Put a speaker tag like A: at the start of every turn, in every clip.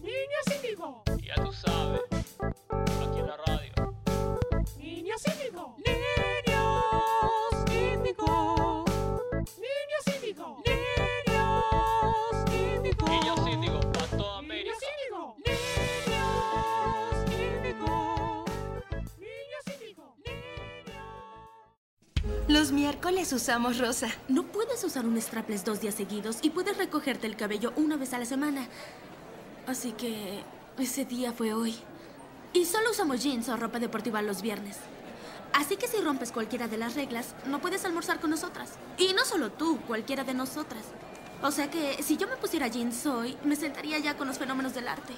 A: Niños índigo,
B: Ya tú sabes, aquí en la radio.
A: niños índigo,
C: Niños índigo,
A: niños índigo,
C: niños índigo,
B: Niños índigos para toda América.
A: niños índigo,
C: niños índigo.
A: niños índigo.
D: Los miércoles usamos rosa.
E: No puedes usar un strapless dos días seguidos y puedes recogerte el cabello una vez a la semana. Así que ese día fue hoy. Y solo usamos jeans o ropa deportiva los viernes. Así que si rompes cualquiera de las reglas, no puedes almorzar con nosotras. Y no solo tú, cualquiera de nosotras. O sea que si yo me pusiera jeans hoy, me sentaría ya con los fenómenos del arte.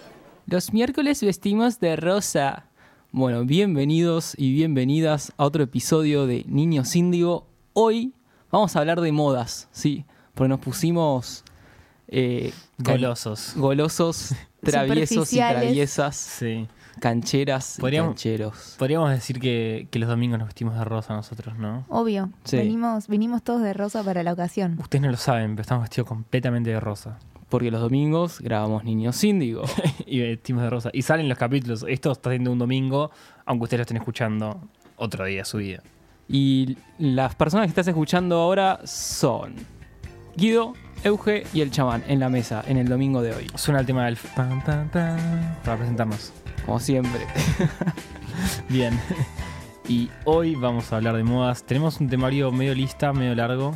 F: Los miércoles vestimos de rosa. Bueno, bienvenidos y bienvenidas a otro episodio de Niños Índigo. Hoy vamos a hablar de modas, sí, porque nos pusimos eh, can-
G: Golosos.
F: golosos, traviesos y
H: Superficiales.
F: traviesas,
G: Sí.
F: cancheras
G: Podríamos-
F: y cancheros.
G: Podríamos decir que, que los domingos nos vestimos de rosa nosotros, ¿no?
H: Obvio.
F: Sí.
H: Venimos, vinimos todos de rosa para la ocasión.
G: Ustedes no lo saben, pero estamos vestidos completamente de rosa.
F: Porque los domingos grabamos Niños Índigo.
G: y vestimos de rosa. Y salen los capítulos. Esto está siendo un domingo, aunque ustedes lo estén escuchando otro día de su vida.
F: Y las personas que estás escuchando ahora son Guido, Euge y el chamán en la mesa en el domingo de hoy,
G: Suena el tema del... f- pam, pam, pam, para presentarnos.
F: como siempre.
G: Bien. y hoy vamos a hablar de modas. Tenemos un temario medio lista, medio largo.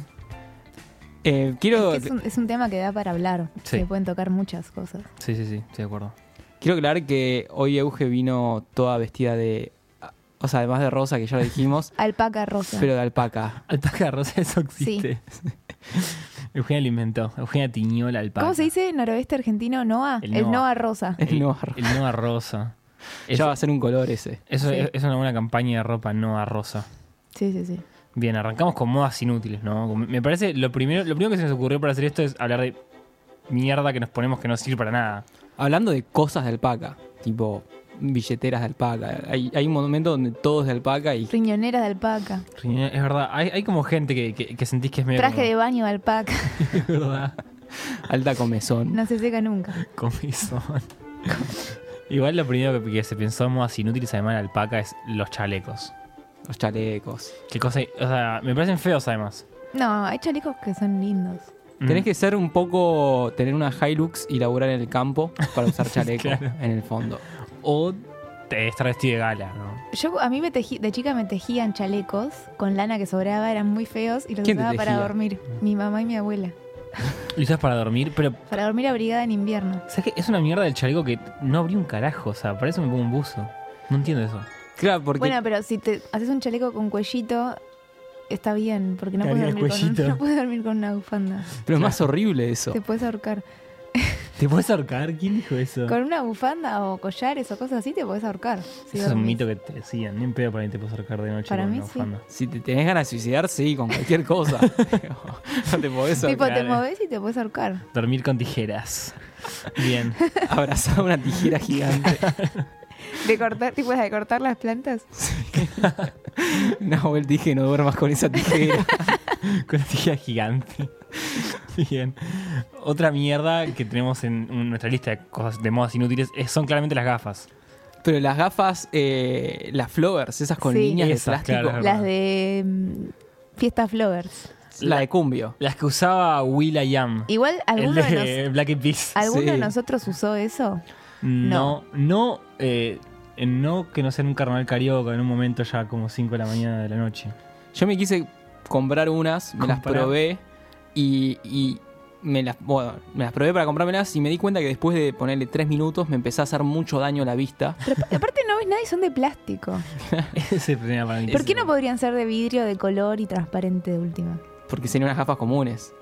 F: Eh, quiero,
H: Es, que es un, es un tema que da para hablar.
G: Sí.
H: Se pueden tocar muchas cosas.
G: Sí, sí, sí, estoy de acuerdo.
F: quiero aclarar que hoy Euge vino toda vestida de. O sea, además de rosa, que ya lo dijimos,
H: Alpaca rosa.
F: pero de alpaca.
G: Alpaca de rosa, eso
H: Sí.
G: existe. Eugenia lo inventó. Eugenia tiñó la alpaca.
H: ¿Cómo se dice noroeste argentino? Noa.
G: El
H: El,
G: Noa.
H: Noa. rosa.
F: El,
G: El,
F: Noah rosa.
G: el Noa Rosa.
F: ya
G: Eso,
F: va a ser un color ese.
G: eso es- es una buena campaña de ropa Noa Rosa.
H: Sí, sí, sí.
G: Bien, arrancamos con modas inútiles, ¿no? Me me parece, lo primero, lo primero que se nos ocurrió para hacer esto es hablar de mierda que nos ponemos que no sirve para nada.
F: Hablando de cosas de alpaca, tipo billeteras de alpaca. Hay, hay un momento donde todo es de alpaca y.
H: Riñonera de alpaca.
G: Es verdad, hay, hay como gente que, que- que sentís que es medio...
H: Traje de baño de alpaca.
G: de... verdad.
F: Alta comezón.
H: No se seca nunca.
G: Comezón. Igual lo primero que, que se pensó en modas inútiles, además de alpaca, es los chalecos.
F: Los chalecos.
G: Qué cosa... O sea, me parecen feos además.
H: No, hay chalecos que son lindos.
G: Mm.
F: Tenés que ser un poco. tener una Hilux y laburar en el campo para usar chaleco
G: Claro.
F: en el fondo.
G: O te estar vestido de gala, ¿no?
H: Yo, a mí me tejí, de chica me tejían chalecos con lana que sobraba, eran muy feos y los
F: ¿Quién te
H: usaba para
F: tejía?
H: dormir. Mi mamá y mi abuela.
G: Lo usas para dormir, pero
H: Para dormir abrigada en invierno.
G: ¿Sabes qué? Es una mierda del chaleco que no abrí un carajo. O sea, para eso me pongo un buzo. No entiendo eso.
F: Claro, porque.
H: Bueno, pero si te haces un chaleco con cuellito, está bien, porque no puedes,
G: Cabía el
H: dormir con,
G: cuellito.
H: no puedes dormir con una bufanda.
F: pero es más horrible eso.
H: Te puedes ahorcar.
G: ¿Te puedes ahorcar? ¿Quién dijo eso?
H: Con una bufanda o collares o cosas así, te puedes ahorcar. si
G: Eso es un
H: dormís.
G: mito que te decían. Ni en pedo para mí te puedes ahorcar de noche
H: Para
G: con
H: mí
G: una
H: sí.
G: bufanda.
F: Si te tenés ganas de suicidar, sí, con cualquier cosa. no te podés
H: Tipo, te
G: claro.
H: moves y te puedes ahorcar.
G: Dormir con tijeras. Bien.
F: abrazar una tijera gigante.
H: De cortar, tipo, la de cortar las plantas.
F: No, él dije, no duermas con esa tijera.
G: con una tijera gigante. Bien. Otra mierda que tenemos en nuestra lista de cosas de modas inútiles es- son claramente las gafas.
F: Pero las gafas, eh, las flowers, esas con
H: Sí.
F: líneas
G: Esas,
F: de plástico.
G: claro.
H: Las de mm, fiesta flowers.
F: La de cumbio.
G: Las que usaba Will I Am.
H: Igual
G: El
H: alguno de, nos-
G: de Black Eyed Peas.
H: alguno de
F: sí.
H: nosotros usó eso.
G: No, no, eh, no que no sea en un carnaval carioca en un momento ya como 5 de la mañana de la noche.
F: Yo me quise comprar unas, me las
G: Comprar.
F: probé y, y me las bueno, me las probé para comprármelas y me di cuenta que después de ponerle tres minutos me empezó a hacer mucho daño a la vista.
H: Pero pa- aparte no ves nada y son de plástico.
G: Ese tenía para mí.
H: ¿Por qué no podrían ser de vidrio, de color y transparente de última?
F: Porque serían unas gafas comunes.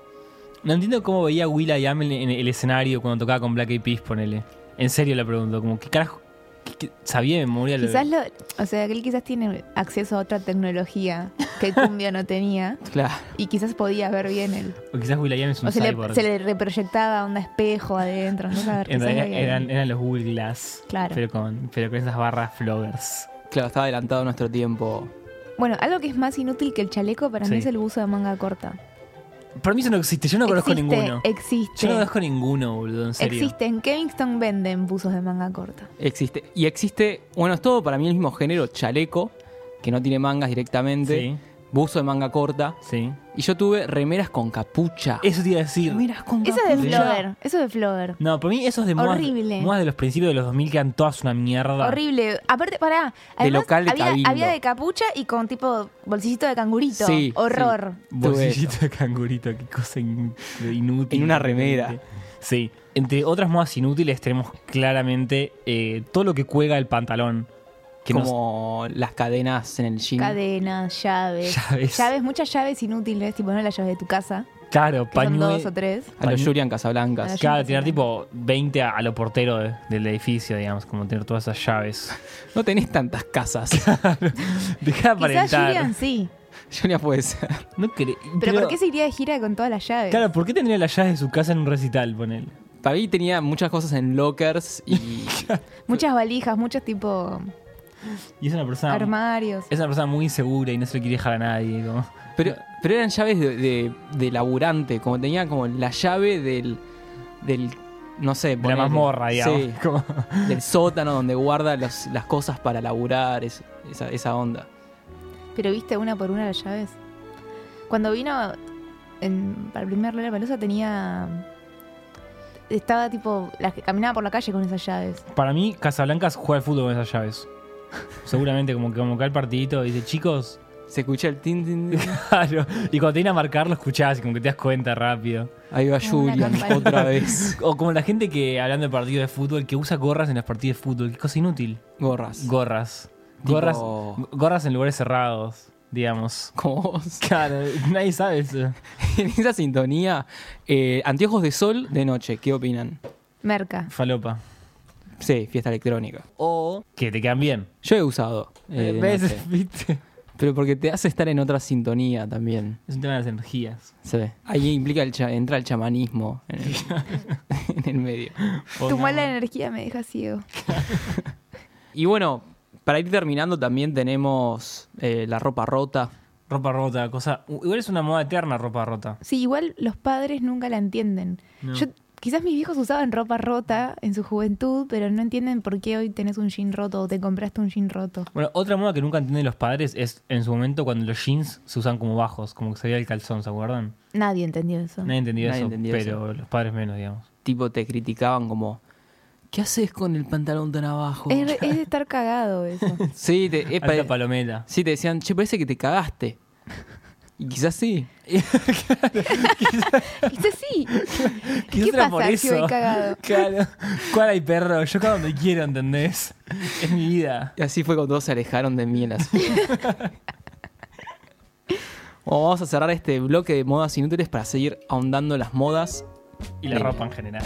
G: No entiendo cómo veía Will I Am en, en el escenario cuando tocaba con Black Eyed Peas, ponele. En serio le pregunto, como qué carajo qué- qué- sabía de memoria lo-
H: Quizás lo, o sea, él quizás tiene acceso a otra tecnología que Cumbia no tenía
F: Claro.
H: y quizás podía ver bien él.
G: o quizás Will I Am es un
H: O se le,
G: cyborg.
H: se le reproyectaba un espejo adentro, no saber
G: en
H: quizás
G: realidad
H: lo que-
G: eran, eh, eran los Google Glass,
H: Claro.
G: pero, con, pero con esas barras floggers.
F: Claro, estaba adelantado nuestro tiempo.
H: Bueno, algo que es más inútil que el chaleco para
G: Sí.
H: mí es el buzo de manga corta.
G: para mí eso no existe. Yo no conozco
H: existe,
G: ninguno.
H: Existe.
G: Yo no conozco ninguno, boludo, en serio.
H: existe. En Kingston venden buzos de manga corta.
F: Existe. Y existe, bueno, es todo para mí el mismo género, chaleco, que no tiene mangas directamente,
G: Sí.
F: buzo de manga corta.
G: Sí.
F: Y yo tuve remeras con capucha.
G: Eso te iba a decir.
F: Remeras con
H: Eso
F: capucha.
H: es de Flower. Eso es de Flower.
G: No, para mí esos de modas,
H: Horrible.
G: modas de los principios de los 2000 quedan todas una mierda.
H: Horrible. Aparte, pará. Además,
F: local de
H: había,
F: Cabildo.
H: había de capucha y con tipo bolsillito de cangurito.
F: Sí,
H: Horror.
F: sí. Tuve
G: Bolsillito
F: eso.
G: de cangurito, qué cosa in- inútil.
F: En una remera.
G: Sí. Entre otras modas inútiles tenemos claramente eh, todo lo que cuelga el pantalón. Que no-
F: Como las cadenas en el jean.
H: Cadenas, llaves.
G: Llaves.
H: muchas llaves inútiles, tipo no las llaves de tu casa,
G: claro,
H: que son dos
G: pañuelo.
H: o tres.
F: A los
G: Pañu-
F: Julian Casablancas.
H: A los
G: Claro,
H: Yo
G: tirar
H: no sé.
G: tipo 20 a, a lo portero de- del edificio, digamos, como tener todas esas llaves.
F: No tenés tantas casas.
G: Deja de
H: Quizás
G: aparentar.
H: Julian sí.
F: Julian puede ser.
G: No cre-
H: Pero, ¿por qué se iría de gira con todas las llaves?
G: Claro, ¿por qué tendría las llaves de su casa en un recital, ponele?
F: Para mí tenía muchas cosas en lockers y
H: Muchas valijas, muchos tipo
G: Y es una persona.
H: armarios.
G: Es una persona muy insegura y no se le quiere dejar a nadie. como-
F: Pero, pero eran llaves de, de- de laburante, como tenía como la llave del, del no sé,
G: De la
F: ponele.
G: mazmorra, digamos.
F: Sí,
G: Como-
F: del sótano donde guarda los- las cosas para laburar, es- esa, esa onda.
H: Pero viste una por una las llaves. Cuando vino en- para el primer Lola Palusa tenía. Estaba tipo. las que caminaba por la calle con esas llaves.
G: Para mí, Casablancas juega al fútbol con esas llaves. Seguramente, como que convoca el partidito y dice, chicos.
F: Se escucha el tin, tin, tin.
G: Claro. Y cuando te vienen a marcar, lo escuchás y como que te das cuenta rápido.
F: Ahí va
H: Como una
F: Julian
H: campanita.
F: otra vez.
G: O como la gente que, hablando de partidos de fútbol, que usa gorras en las partidas de fútbol. Qué cosa inútil.
F: Gorras.
G: Gorras.
F: Tipo-
G: Gorras, gorras en lugares cerrados, digamos.
F: como vos.
G: Claro, nadie sabe eso.
F: En esa sintonía, eh, anteojos de sol de noche, ¿qué opinan?
H: Merca.
G: Falopa.
F: Sí, fiesta electrónica.
G: O que te quedan bien.
F: Yo he usado. eh, de
G: ¿Ves?
F: noche.
G: ¿Viste?
F: pero porque te hace estar en otra sintonía también.
G: Es un tema de las energías.
F: Se ve. Ahí implica el cha- entra el chamanismo en el, en el medio.
G: O
H: Tu
G: Oh, no.
H: mala energía me deja ciego.
F: Y bueno, para ir terminando también tenemos eh, la ropa rota.
G: Ropa rota, cosa. Igual es una moda eterna ropa rota.
H: Sí, igual los padres nunca la entienden.
G: No.
H: Yo, quizás mis viejos usaban ropa rota en su juventud, pero no entienden por qué hoy tenés un jean roto o te compraste un jean roto.
G: Bueno, otra moda que nunca entienden los padres es en su momento cuando los jeans se usan como bajos, como que se veía el calzón, ¿se acuerdan?
H: Nadie entendió eso.
G: Nadie entendía
F: Nadie
G: eso,
F: entendía
G: pero los padres menos, digamos.
F: Tipo, te criticaban como, ¿qué haces con el pantalón tan abajo?
H: Es, es de estar cagado eso.
F: Sí, te, eh,
G: Alta
F: pare-
G: palometa.
F: sí, te decían, che, parece que te cagaste. Y quizás sí.
H: Quizás sí.
G: ¿Qué
H: ¿Qué
G: será
H: pasa si voy cagado?
G: Claro. ¿Cuál hay perro? Yo cago donde quiero, ¿entendés? Es mi vida.
F: Y así fue cuando todos se alejaron de mí en la ciudad. Bueno, vamos a cerrar este bloque de modas inútiles para seguir ahondando en las modas
G: Y la ropa en general.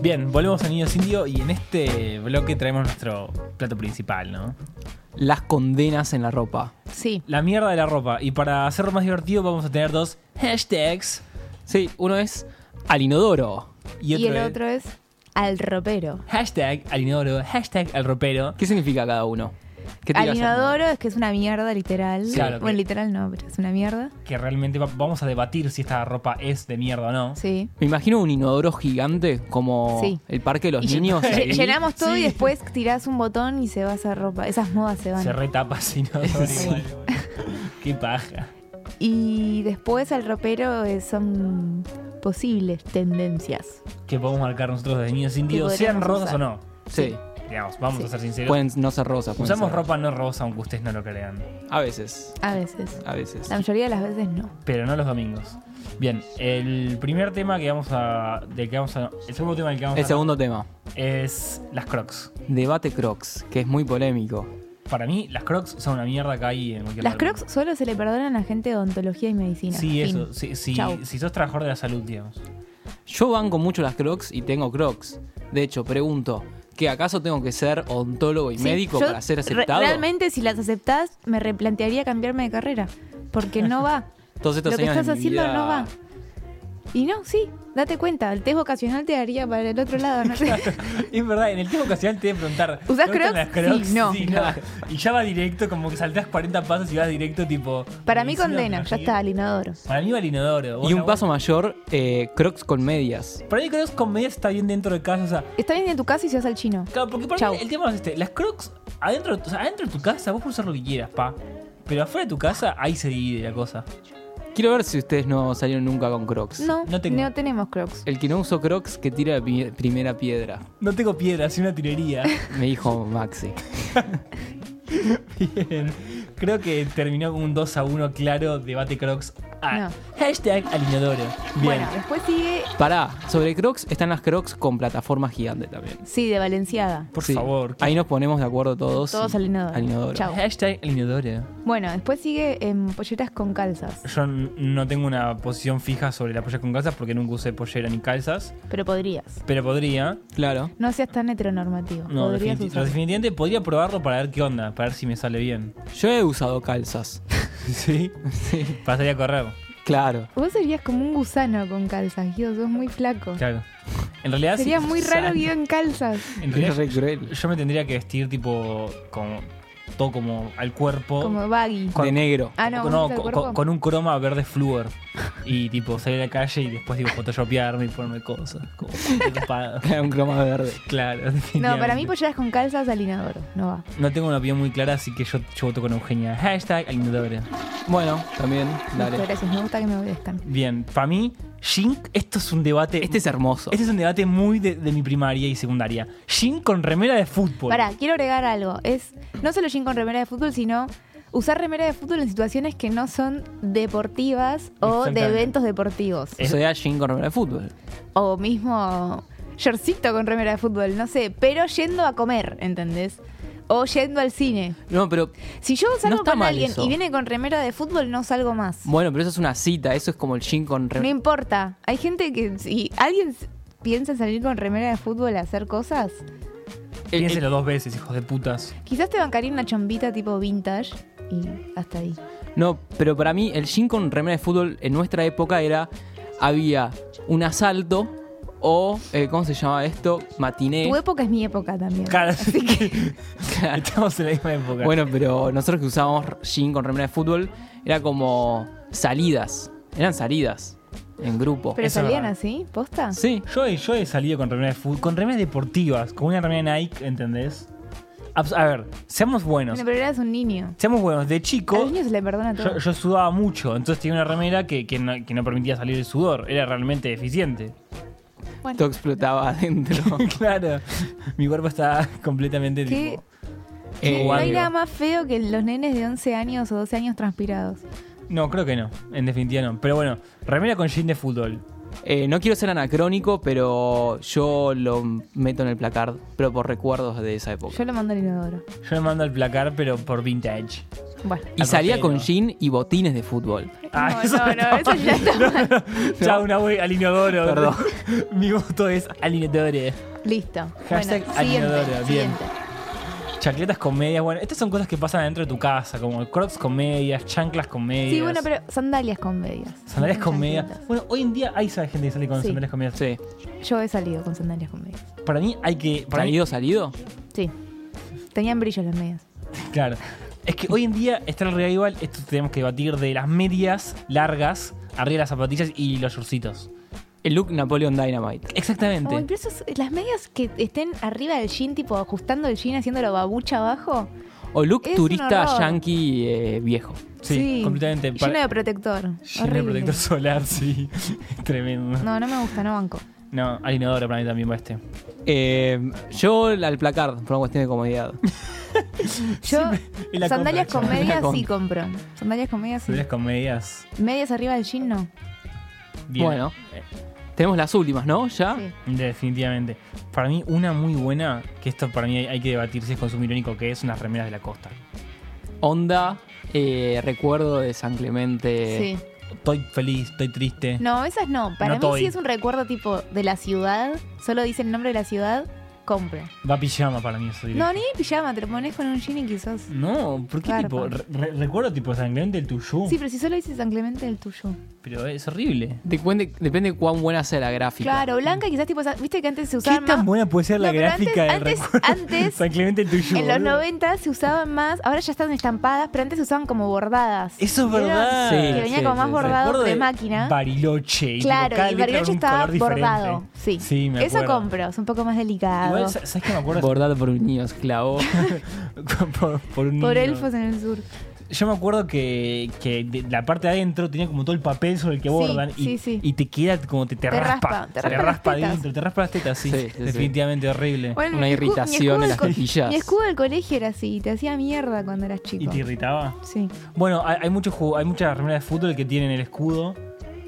G: Bien, volvemos a Niños Indio y en este bloque traemos nuestro plato principal, ¿no?
F: las condenas en la ropa.
H: Sí.
G: La mierda de la ropa. Y para hacerlo más divertido vamos a tener dos hashtags
F: Sí, uno es al inodoro.
G: y,
H: Y el
G: es-
H: otro es al ropero.
G: Hashtag al inodoro, hashtag al ropero.
F: ¿Qué significa cada uno? ¿Qué
H: Al
F: tiras al
H: inodoro es que es una mierda, literal.
G: Sí. Claro,
H: bueno,
G: que-
H: literal no, pero es una mierda.
G: Que realmente va- vamos a debatir si esta ropa es de mierda o no.
H: Sí.
F: Me imagino un inodoro gigante como
H: Sí.
F: el parque de los
H: Y lle-
F: niños.
H: lle-
F: ahí.
H: llenamos todo y
G: Sí.
H: después tirás un botón y se va esa ropa. Esas modas se van.
G: Se retapa si inodoro
F: Sí.
G: igual. Qué paja.
H: Y después al ropero eh, son posibles tendencias.
G: Que podemos marcar nosotros de niños indios, sean
H: podríamos
G: rosas
H: usar.
G: o no.
F: Sí.
G: Digamos, vamos
H: Sí.
G: a ser sinceros.
F: Pueden no ser rosas. pueden
G: Usamos
F: ser-
G: ropa no rosa, aunque ustedes no lo crean.
F: A veces.
H: A veces.
F: A veces.
H: La mayoría de las veces no.
G: Pero no los domingos. Bien, el primer tema que vamos a. Del que vamos a el segundo tema del que vamos
F: El
G: a.
F: segundo tema.
G: Es las crocs.
F: Debate Crocs, que es muy polémico.
G: Para mí, las crocs son una mierda que hay en cualquier
H: Las
G: lugar.
H: crocs solo se le perdonan a gente de odontología y medicina.
G: Sí,
H: Fin.
G: eso. Si, si-
H: Chau.
G: si sos trabajador de la salud, digamos.
F: Yo banco mucho las Crocs y tengo Crocs. De hecho, pregunto, ¿que acaso tengo que ser ontólogo y
H: Sí,
F: médico
H: yo
F: para ser
H: re-
F: aceptado?
H: realmente si las aceptás me replantearía cambiarme de carrera. Porque no va.
F: Todos estos
H: Lo que
F: años de
H: estás
F: mi
H: haciendo
F: vida-
H: no va. Y no, sí, date cuenta, el test vocacional te daría para el otro lado, no sé.
G: Es verdad, en el tiempo ocasional te deben preguntar.
H: ¿Usás
G: ¿te gustan
H: Crocs?
G: las
H: Sí, no, no.
G: Y ya va directo, como que saltás 40 pasos y vas directo, tipo.
H: Para mí
G: medicina,
H: condena, ya
G: biología.
H: está, al inodoro.
G: Para mí va al inodoro. Vos
F: Y
G: la-
F: un paso mayor, eh, crocs con medias.
G: Para mí, Crocs con medias está bien dentro de casa. O sea,
H: Está bien en tu casa y se vas al chino.
G: claro, porque para
H: Chau.
G: mí el tema es este: las Crocs, adentro, o sea, adentro de tu casa, vos puedes usar lo que quieras, pa. Pero afuera de tu casa, ahí se divide la cosa.
F: Quiero ver si ustedes no salieron nunca con crocs.
H: No,
G: No
H: no,
G: tengo.
H: tenemos crocs.
F: El que no usó crocs, que tira la pi- primera piedra.
G: No tengo piedras, soy una tirería.
F: Me dijo Maxi.
G: Bien. Creo que terminó con un 2 a 1 claro debate Crocs. Ah, Hashtag al inodoro. Bien.
H: Bueno, después sigue,
F: Pará, sobre crocs están las crocs con plataforma gigante también.
H: sí, de Valenciaga.
G: Por
F: Sí,
G: favor.
F: Ahí nos ponemos de acuerdo todos.
H: Todos
F: y-
H: al inodoro.
F: al inodoro.
H: Chau.
G: Hashtag al inodoro.
H: Bueno, después sigue en polleras con calzas,
G: Yo n- no tengo una posición fija sobre la polla con calzas porque nunca usé pollera ni calzas,
H: pero podrías.
G: pero podría.
F: Claro.
H: No seas tan heteronormativo.
G: No,
H: podrías
G: definiti-
H: usar.
G: no, definitivamente podría probarlo para ver qué onda, para ver si me sale bien.
F: Yo he usado calzas.
G: Sí.
F: Sí,
G: Para salir a correr,
F: claro.
H: Vos serías como un gusano con calzas, Guido, sos muy flaco.
G: claro. En realidad sí-
H: Sería muy raro
G: San-
H: Guido en calzas.
G: En
F: Es re
G: realidad
F: cruel.
G: yo me tendría que vestir tipo como todo como al cuerpo.
F: Oh.
H: Como baggy.
G: Con-
F: De negro.
H: Ah, no,
G: Con-
H: ¿vos
G: no,
H: usás el
G: con,
H: cuerpo?
G: con un croma verde flúor. Y tipo salir a la calle y después tipo photoshopearme y ponerme cosas. Como tapado.
F: Un croma verde.
G: claro.
H: No, para mí
G: definitivamente.
H: polleras con calzas al inodoro, no va.
G: No tengo una opinión muy clara, así que yo, yo voto con Eugenia. Hashtag Alinodora.
F: Bueno, también,
H: Muchas
F: dale.
H: gracias, me gusta que me obedezcan.
G: Bien, para mí, Jink, esto es un debate.
F: Este es hermoso.
G: este es un debate muy de, de mi primaria y secundaria. Jink con remera de fútbol.
H: Pará, quiero agregar algo. Es no solo jean con remera de fútbol, sino usar remera de fútbol en situaciones que no son deportivas o de
G: Exactamente.
H: eventos deportivos.
F: O sea, Jin con remera de fútbol.
H: O mismo jerseycito con remera de fútbol, no sé. Pero yendo a comer, ¿entendés? O yendo al cine.
F: No, pero
H: Si yo salgo
F: está
H: con
F: mal
H: alguien
F: eso.
H: y viene con remera de fútbol, no salgo más.
F: bueno, pero eso es una cita. Eso es como el Jin con
G: Eh.
H: No
F: remera.
H: importa. Hay gente que si alguien s- piensa salir con remera de fútbol a hacer cosas,
F: El- el-
G: Piénselo dos veces, hijos de putas.
H: quizás te bancaría una chombita tipo vintage y hasta ahí.
F: No, pero para mí el jean con remera de fútbol en nuestra época era había un asalto o eh, ¿cómo se llama esto? Matiné.
H: Tu época es mi época también.
G: Claro, así que estamos en la misma época.
F: Bueno, pero nosotros que usábamos jean con remera de fútbol era como salidas, eran salidas en grupo.
H: ¿Pero
G: Eso es
H: salían
G: verdad.
H: así? ¿Posta?
F: Sí,
G: Yo he, yo he salido con remeras de fútbol, con remeras deportivas, con una remera Nike, ¿entendés? Abs- A ver, seamos buenos.
H: Bueno, pero eras un niño.
G: Seamos buenos. De
H: A
G: chico,
H: los niños se les perdona todo.
G: Yo, yo sudaba mucho, entonces tenía una remera que, que no, que no permitía salir el sudor. Era realmente eficiente.
F: todo explotaba adentro.
G: claro. Mi cuerpo estaba completamente
H: ¿Qué?
G: tipo.
F: Eh,
H: no hay
G: guardia.
H: nada más feo que los nenes de 11 años o 12 años transpirados.
G: No, creo que no. En definitiva no. Pero bueno, remera con jean de fútbol.
F: Eh, no quiero ser anacrónico, pero yo lo meto en el placard, pero por recuerdos de esa época.
H: Yo lo mando al inodoro.
G: Yo me mando al placar, pero por vintage.
H: Bueno.
F: Y salía
G: ropero.
F: con jean y botines de fútbol.
G: Ah,
H: no, no, no, eso ya está mal.
G: Chao, una wey al inodoro.
F: Perdón.
G: Mi voto es al inodoro.
H: Listo.
G: Hashtag
H: bueno,
G: al
H: siguiente,
G: inodoro, bien.
H: siguiente.
G: Chacletas con medias. Bueno, estas son cosas que pasan dentro de tu casa, como crocs con medias, chanclas con medias.
H: Sí, bueno, pero sandalias con medias.
G: Sandalias
H: No
G: con
H: son
G: medias.
H: chancletas.
G: Bueno, hoy en día hay esa gente que sale con
H: Sí.
G: sandalias con medias.
F: Sí.
H: Yo he salido con sandalias con medias.
G: Para mí hay que. Para mí-
F: ¿Salido, salido?
H: Sí. Tenían brillo las medias.
G: Claro. Es que hoy en día está el revival, esto tenemos que debatir de las medias largas, arriba de las zapatillas y los shortcitos.
F: El look Napoleon Dynamite.
G: Exactamente.
H: Ay, pero esos- las medias que estén arriba del jean, tipo ajustando el jean, haciéndolo babucha abajo.
F: O look
H: Es un
F: turista
H: horror.
F: yankee eh, viejo.
G: sí, completamente.
H: Lleno
G: Eh, Para-
H: de protector.
G: Lleno de
H: Horrible.
G: protector solar, sí. Tremendo. No,
H: No, no me gusta, no banco.
G: hay inodoro para mí también va este.
F: Eh, yo al placard, por una cuestión de comodidad.
H: Yo,
G: y la
H: sandalias
G: compra,
H: con
G: chaval.
H: medias
F: La
H: sí compro. Sandalias con medias sí.
G: Sandalias con medias.
H: Medias arriba del jean no.
G: Bien.
F: Bueno. Tenemos las últimas, ¿no? Ya.
H: Sí.
G: Definitivamente. Para mí, una muy buena, que esto para mí hay, hay que debatir si es consumo irónico, que es unas remeras de la costa.
F: Onda, eh, recuerdo de San Clemente.
H: Sí.
G: Estoy feliz, estoy triste.
H: No, esas no. Para
G: Eh, No
H: mí
G: estoy.
H: sí es un recuerdo tipo de la ciudad. Solo dice el nombre de la ciudad compre.
G: Va pijama para mí eso. directo.
H: No, ni pijama, te lo pones con un jean y quizás.
G: No, ¿por qué
H: Garpa.
G: tipo? Re- re- recuerdo tipo San Clemente el tuyú.
H: Sí, pero si solo dices San Clemente el tuyo.
G: Pero es horrible.
F: Depende, depende cuán buena sea la gráfica.
H: Claro, blanca quizás tipo, esa- viste que antes se
G: mm. ¿Qué
H: usaba
G: tan
H: más-
G: buena puede ser la
H: No, pero
G: gráfica del
H: antes-
G: recuerdo?
H: antes-
G: San Clemente el tuyú.
H: En los
G: boludo.
H: 90 se usaban más, ahora ya están estampadas, pero antes se usaban como bordadas.
G: Eso es
H: ¿Vieron?
G: verdad.
F: Sí,
H: que venía
F: sí,
H: como más
F: sí, sí.
H: bordado
G: Recuerdo
H: de máquina.
G: Bariloche. y, tipo, cada
H: Claro, y
G: letra era
H: Bariloche
G: un
H: estaba
G: color diferente.
H: bordado. Sí,
G: Sí, me
H: eso
G: acuerdo.
H: compro, es un poco más delicado.
G: Igual, ¿sabes qué me acuerdo?
F: Bordado por un niño esclavo.
G: por, por un niño.
H: Por elfos en el sur.
G: Yo me acuerdo que, que de- la parte de adentro tenía como todo el papel sobre el que
H: Sí,
G: bordan y,
H: sí, sí.
G: y te queda como te, te, raspa, Te raspa,
H: las tetas.
G: adentro, te raspa las tetas, sí.
F: Sí, sí, sí.
G: definitivamente horrible.
H: Bueno,
F: Una
H: mi escu- mi
F: irritación
H: escudo
F: en
H: del
F: las
H: co-
F: costillas.
H: Mi escudo del colegio era así, te hacía mierda cuando eras
G: ¿Y
H: chico.
G: te irritaba?
H: Sí.
G: Bueno, hay, hay muchos jugo- hay muchas remeras de fútbol que tienen el escudo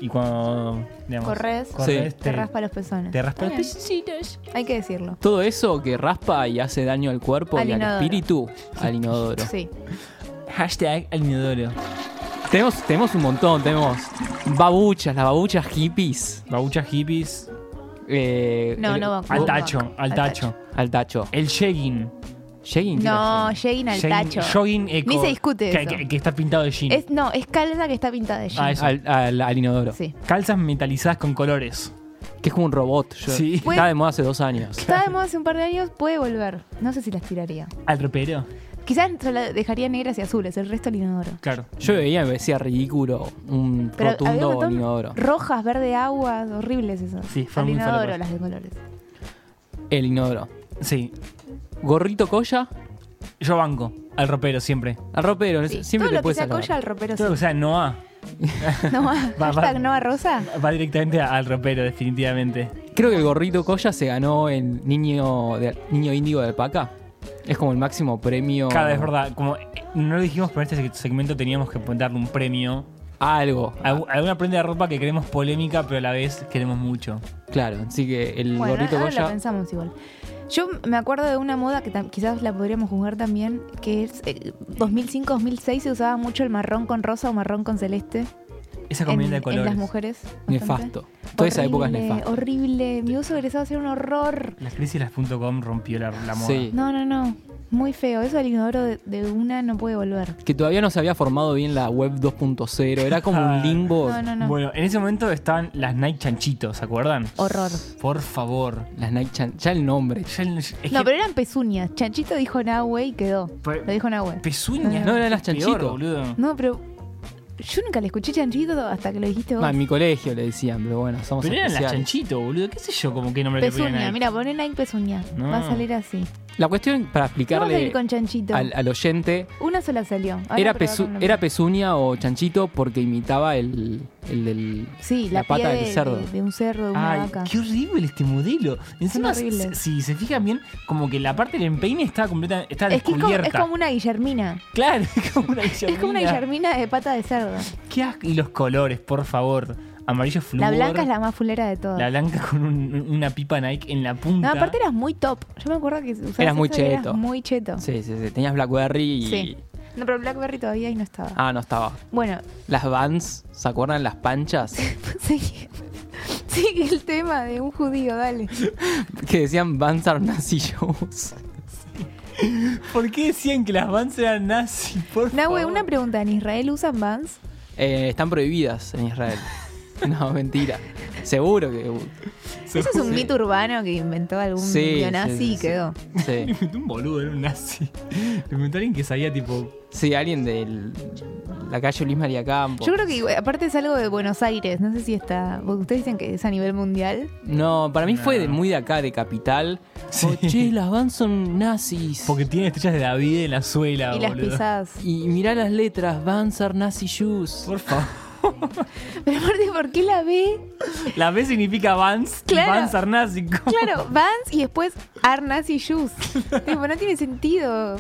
G: y cuando digamos,
H: Corres,
G: corres,
H: Te raspa los pezones.
G: te raspa los
H: Está bien, Hay que decirlo.
F: Todo eso que raspa y hace daño al cuerpo
H: Al
F: y al
H: inodoro.
F: espíritu, al inodoro.
H: Sí.
G: Hashtag al inodoro.
F: Tenemos, tenemos un montón, tenemos babuchas, las babuchas hippies.
G: Babuchas hippies.
F: eh,
H: No,
F: el-
H: no,
G: Al
H: no,
G: tacho,
H: no,
G: al tacho.
F: Al tacho.
G: El jegging.
F: Jegging, ¿qué
H: No,
F: era?
H: jegging al
G: Jegging-
H: tacho.
G: Jogging eco.
H: Ni se discute
G: Que,
H: eso.
G: que- que está pintado de jean.
H: Es, no, es calza que está pintada de jean.
G: Ah, eso.
F: Al, al- al inodoro.
H: Sí.
G: Calzas metalizadas con colores.
F: Que es como un robot. yo-
G: Sí.
F: Estaba de moda hace dos años.
H: Estaba de moda hace un par de años, puede volver. No sé si las tiraría.
G: Al ropero.
H: Quizás solo dejaría negras y azules, el resto al inodoro.
G: Claro.
F: Yo lo veía y me parecía ridículo un
H: Pero había un
F: rotundo
H: montón
F: inodoro.
H: rojas, verde aguas, horribles esas.
G: Sí, fueron
H: Al
G: muy
H: inodoro,
G: falopas.
H: las de colores.
F: El inodoro.
G: Sí.
F: Gorrito colla,
G: Yo banco. Al ropero siempre.
F: al ropero.
H: Sí.
F: Siempre
H: Todo
F: te
H: lo que
F: puedes
H: sea
F: salvar.
H: colla al ropero.
G: Todo lo que sea Noah
H: sí. No,
G: va.
H: hashtag no a rosa.
G: va directamente a- al ropero, definitivamente.
F: Creo que el gorrito colla se ganó el niño, de, niño índigo de alpaca. Es como el máximo premio.
G: Cada vez, verdad. Como eh, no lo dijimos, pero en este segmento teníamos que darle un premio.
F: Algo.
G: Algu- Alguna prenda de ropa que queremos polémica, pero a la vez queremos mucho.
F: Claro, así que el
H: Bueno,
F: gorrito
H: ahora lo
F: colla.
H: pensamos igual. Yo me acuerdo de una moda que tam- quizás la podríamos juzgar también, que es eh, 2005-2006 se usaba mucho el marrón con rosa o marrón con celeste
G: Esa
H: en,
G: combinación de
H: en
G: colores.
H: las mujeres. bastante.
F: Nefasto. Toda esa época es
H: Horrible,
F: nefasta.
H: Horrible, mi uso egresado hacía un horror.
G: La crisis las punto com rompió la, la moda.
F: Sí.
H: No, no, no, muy feo. Eso del inodoro de, de una no puede volver.
F: Que todavía no se había formado bien la web 2.0. Era como un limbo.
H: No, no, no.
G: Bueno, en ese momento estaban las Nike chanchitos, ¿se acuerdan?
H: Horror.
G: Por favor.
F: Las Nike Chan. Ya el nombre.
G: Ya el- es
H: No,
G: que
H: pero eran pezuñas. Chanchito dijo Nahue y quedó.
G: Pero-
H: Lo dijo Nahue.
G: pezuñas.
F: No, eran las
G: es peor,
F: chanchito.
G: boludo.
H: No, pero yo nunca le escuché chanchito hasta que lo dijiste vos.
F: Ah, en mi colegio le decían, pero bueno, somos
G: Pero eran las
F: especiales.
G: chanchito, boludo. ¿Qué sé yo? Como qué nombre le ponían
H: Pezuña,
G: ahí?
H: mira, ponen ahí pezuña.
G: No.
H: Va a salir así.
F: La cuestión para
H: Vamos a
F: explicarle
H: ir con chanchito.
F: al, al oyente
H: Una sola salió. Ahora
F: era,
H: probar
F: pezu-
H: con la-
F: era pezuña o chanchito porque imitaba el, el del-
H: Sí, la,
F: la pata
H: pie
F: del
H: de-
F: cerdo.
H: De, de un cerdo, de una
G: Ay,
H: vaca.
G: qué horrible este modelo. Encima,
H: Son horribles.
G: si, si se fijan bien, como que la parte del empeine está completamente está
H: Es que es como,
G: descubierta.
H: es como una guillermina.
G: Claro, es como una guillermina.
H: Es como una guillermina de pata de cerdo.
G: Qué asco. Y los colores, por favor. Amarillo
H: La
G: flúor.
H: blanca es la más fulera de todas.
G: La blanca con un- una pipa Nike en la punta.
H: No, aparte eras muy top. Yo me acuerdo que usabas
F: Eras muy
H: eso y
F: cheto.
H: Eras muy cheto.
F: Sí, sí, sí. Tenías Blackberry y.
H: Sí. No, pero Blackberry todavía ahí no estaba.
F: Ah, no estaba.
H: Bueno,
F: Las Vans, ¿se acuerdan las panchas?
H: sigue, sigue el tema de un judío, dale.
F: que decían Vans are Nazi shows.
G: ¿Por qué decían que las Vans eran nazi? Por
H: Nahue,
G: favor.
H: una pregunta. ¿En Israel usan Vans?
F: Eh, están prohibidas en Israel. No, mentira. Seguro que.
H: Ese es un mito urbano que inventó algún
F: Sí,
H: neonazi
F: sí, sí,
H: y quedó.
F: Sí.
G: Le inventó un boludo, era un nazi. Le inventó alguien que sabía, tipo.
F: Sí, alguien de la calle Luis María Campos.
H: Yo creo que igual- aparte es algo de Buenos Aires, no sé si está, porque ustedes dicen que es a nivel mundial.
F: No, para mí fue
G: No.
F: de- muy de acá, de capital.
G: Sí.
F: Oh, che, las Vans son nazis.
G: Porque tiene estrellas de David en la
F: Ah,
G: suela,
H: y las
G: boludo.
H: pisadas.
F: Y mirá las letras, Vans are Nazi shoes.
G: Por favor.
H: Pero aparte, ¿por qué la B?
G: La B significa Vans.
H: Claro.
G: Vans are nazi. ¿Cómo?
H: Claro, Vans y después Arnas y Shoes. Tipo, no tiene sentido.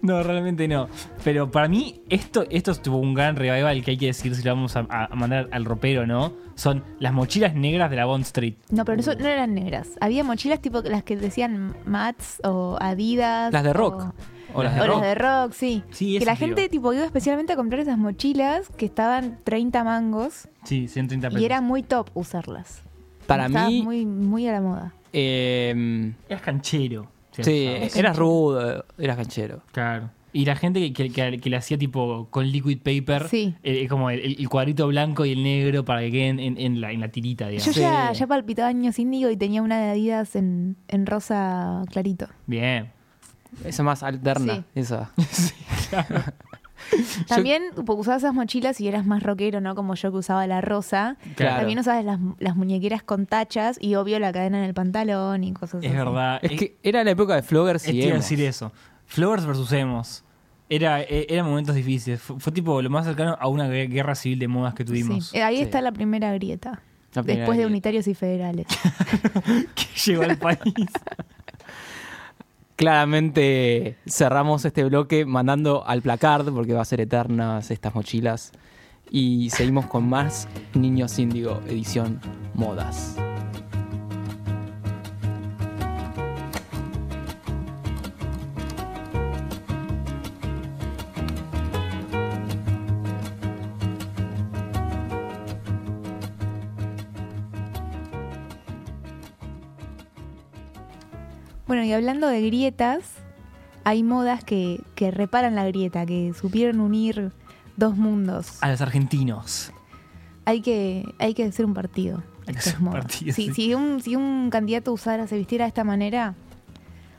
G: No, realmente no. Pero para mí, esto, esto tuvo un gran revival que hay que decir si lo vamos a, a mandar al ropero, ¿no? Son las mochilas negras de la Bond Street.
H: No, pero eso no eran negras. Había mochilas tipo las que decían Mats o Adidas.
F: Las de
H: o-
F: rock.
G: O las de
H: O
G: rock.
H: las de rock, sí.
G: Sí,
H: que
G: eso
H: la
G: te digo.
H: gente tipo iba especialmente a comprar esas mochilas que estaban 30 mangos
G: Sí, 130 pesos.
H: y era muy top usarlas.
F: Para
H: Estabas
F: mí,
H: Muy, muy a la moda.
F: eh,
G: Eras canchero. se
F: sí,
G: usaba.
F: eras rudo, eras canchero.
G: Claro. Y la gente que, que, que- que le hacía tipo con liquid paper,
H: Sí.
G: eh, eh, como el, el- el cuadrito blanco y el negro para que queden en, en la, en la tirita,
H: Yo
G: digamos.
F: Sí.
H: ya, ya palpitaba años índigo y tenía una de Adidas en, en rosa clarito.
G: Bien.
F: Esa más alterna,
H: Sí.
F: esa. Yo-
H: También porque usabas esas mochilas y eras más rockero, ¿no? Como yo que usaba la rosa.
F: Claro.
H: También usabas las, las muñequeras con tachas y obvio la cadena en el pantalón y cosas
G: Es
H: así.
G: verdad.
F: Es
G: Eh,
F: que era la época de Floggers
G: eh, te
F: y
G: iba a
F: emos.
G: decir eso. Flowers versus Emos. Era, eh, eran momentos difíciles. Fue, fue tipo lo más cercano a una gue- guerra civil de modas que tuvimos.
H: Sí. Eh, Ahí
F: Sí.
H: está la primera grieta.
F: La primera
H: después de
F: grieta.
H: unitarios y federales.
G: que llegó al país.
F: Claramente cerramos este bloque mandando al placard, porque va a ser eternas estas mochilas. Y seguimos con más Niños Índigo, edición Modas.
H: Bueno, y hablando de grietas, hay modas que, que reparan la grieta, que supieron unir dos mundos.
G: a los argentinos.
H: Hay que, hay que hacer un partido.
G: Hay que
H: Estas
G: hacer un
H: modas.
G: partido,
H: Si-
G: sí.
H: si, un, si un candidato usara, se vistiera de esta manera,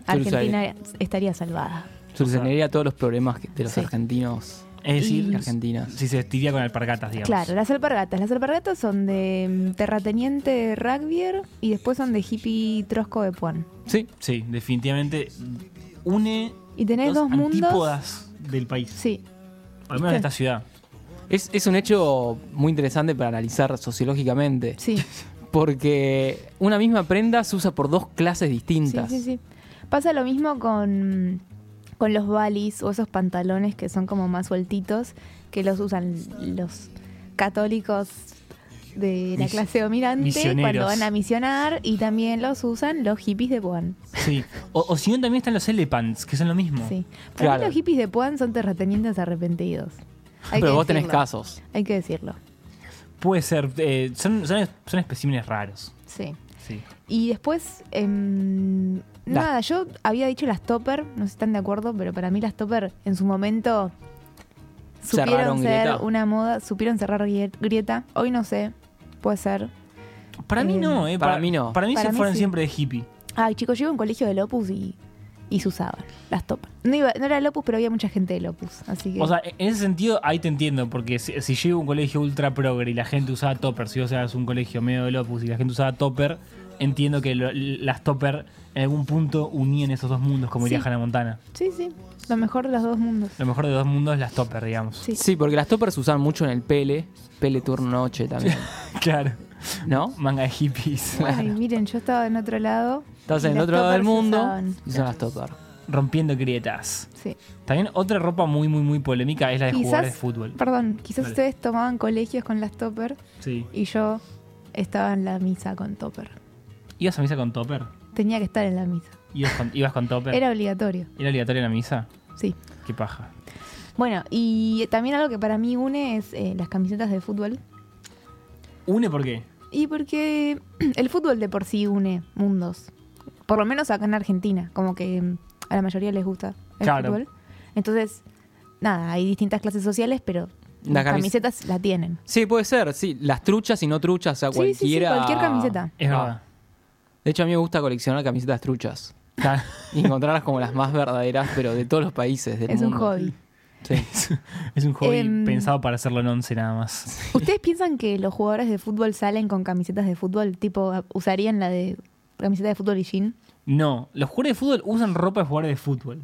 F: Yo lo
H: Argentina estaría salvada.
F: Solucionaría todos los problemas que- de los
H: Sí.
F: argentinos.
G: Es decir,
F: Y- Argentinas.
G: Si se vestiría con alpargatas, digamos.
H: Claro, las alpargatas. Las alpargatas son de mm, terrateniente rugbyer y después son de hippie trosco de puan.
F: Sí,
G: Sí, definitivamente une
H: Y tenés dos, mundos.
G: antípodas del país.
H: Sí,
G: Al menos de
H: ¿Viste?
G: esta ciudad.
F: es, es un hecho muy interesante para analizar sociológicamente.
H: sí,
F: Porque una misma prenda se usa por dos clases
H: sí,
F: distintas.
H: sí, sí. Pasa lo mismo con, con los balis o esos pantalones que son como más sueltitos, que los usan los católicos de la
G: Mis-
H: clase dominante
G: misioneros.
H: cuando van a misionar y también los usan los hippies de Puan.
G: Sí. O, o si no, también están los elephants, que son lo mismo.
H: Sí. Para mí
F: Claro.
H: los hippies de Puan son terratenientes arrepentidos. Hay
F: Pero
H: que
F: vos tenés
H: decirlo.
F: casos.
H: Hay que decirlo,
G: Puede ser. eh, son, son, son especímenes raros.
H: sí.
G: Sí.
H: Y después, em, nada, yo había dicho las topper, no sé si están de acuerdo, pero para mí las topper en su momento supieron
F: Cerraron
H: ser
F: grieta.
H: una moda, supieron cerrar grie- grieta. Hoy no sé, puede ser.
G: Para mí
H: Eh,
G: no, ¿eh?
F: para mí no.
G: Para mí
H: Para
G: se
H: mí
G: fueron
H: sí.
G: siempre de hippie.
H: Ay, chicos, yo iba a un colegio de Lopus y, y se usaban las topper. No, iba, no era Lopus, pero había mucha gente de Lopus, así que...
G: O sea, en ese sentido, ahí te entiendo, porque si, si yo iba a un colegio ultra progre y la gente usaba topper, si vos eras un colegio medio de Lopus y la gente usaba topper, entiendo que lo- las topper en algún punto unían esos dos mundos, como diría
H: Sí.
G: Hannah Montana.
H: sí, sí, lo mejor de los dos mundos.
G: Lo mejor de dos mundos es las topper, digamos.
H: Sí.
F: Sí, porque las toppers se usan mucho en el pele, pele turno noche también,
G: Claro.
F: ¿no?
G: Manga de hippies.
H: Ay, miren, yo estaba en otro lado.
F: Estás
H: y
F: en el
H: las
F: otro lado del
H: toppers se
F: mundo
H: usaban.
F: y son las toppers.
G: Rompiendo grietas.
H: Sí.
G: También otra ropa muy, muy, muy polémica es la de jugadores de fútbol.
H: Perdón, quizás
G: Dale.
H: ustedes tomaban colegios con las topper
G: Sí.
H: y yo estaba en la misa con topper.
G: ¿Ibas a misa con topper?
H: Tenía que estar en la misa.
G: ¿Ibas con, ibas con topper?
H: Era obligatorio,
G: ¿Era obligatoria la misa?
H: sí.
G: Qué paja.
H: Bueno, y también algo que para mí une es eh, las camisetas de fútbol.
G: ¿Une por qué?
H: Y porque el fútbol de por sí une mundos. Por lo menos acá en Argentina, como que mm, a la mayoría les gusta el
G: Claro.
H: fútbol. Entonces, nada, hay distintas clases sociales, pero
F: Las
H: las
F: camis-
H: camisetas la tienen.
F: Sí, puede ser, sí. Las truchas y no truchas, o sea,
H: Sí, sí, sí,
F: cualquiera.
H: cualquier camiseta.
G: Es
F: Ah.
G: verdad.
F: De hecho, a mí me gusta coleccionar camisetas truchas.
G: Claro.
F: Y encontrarlas como las más verdaderas, pero de todos los países del
H: Es un
F: mundo.
H: hobby.
F: Sí.
G: Es un hobby
H: Em.
G: pensado para hacerlo en once nada más.
H: ¿Ustedes piensan que los jugadores de fútbol salen con camisetas de fútbol? Tipo, ¿usarían la de camiseta de fútbol y jean?
G: No, los jugadores de fútbol usan ropa de jugadores de fútbol.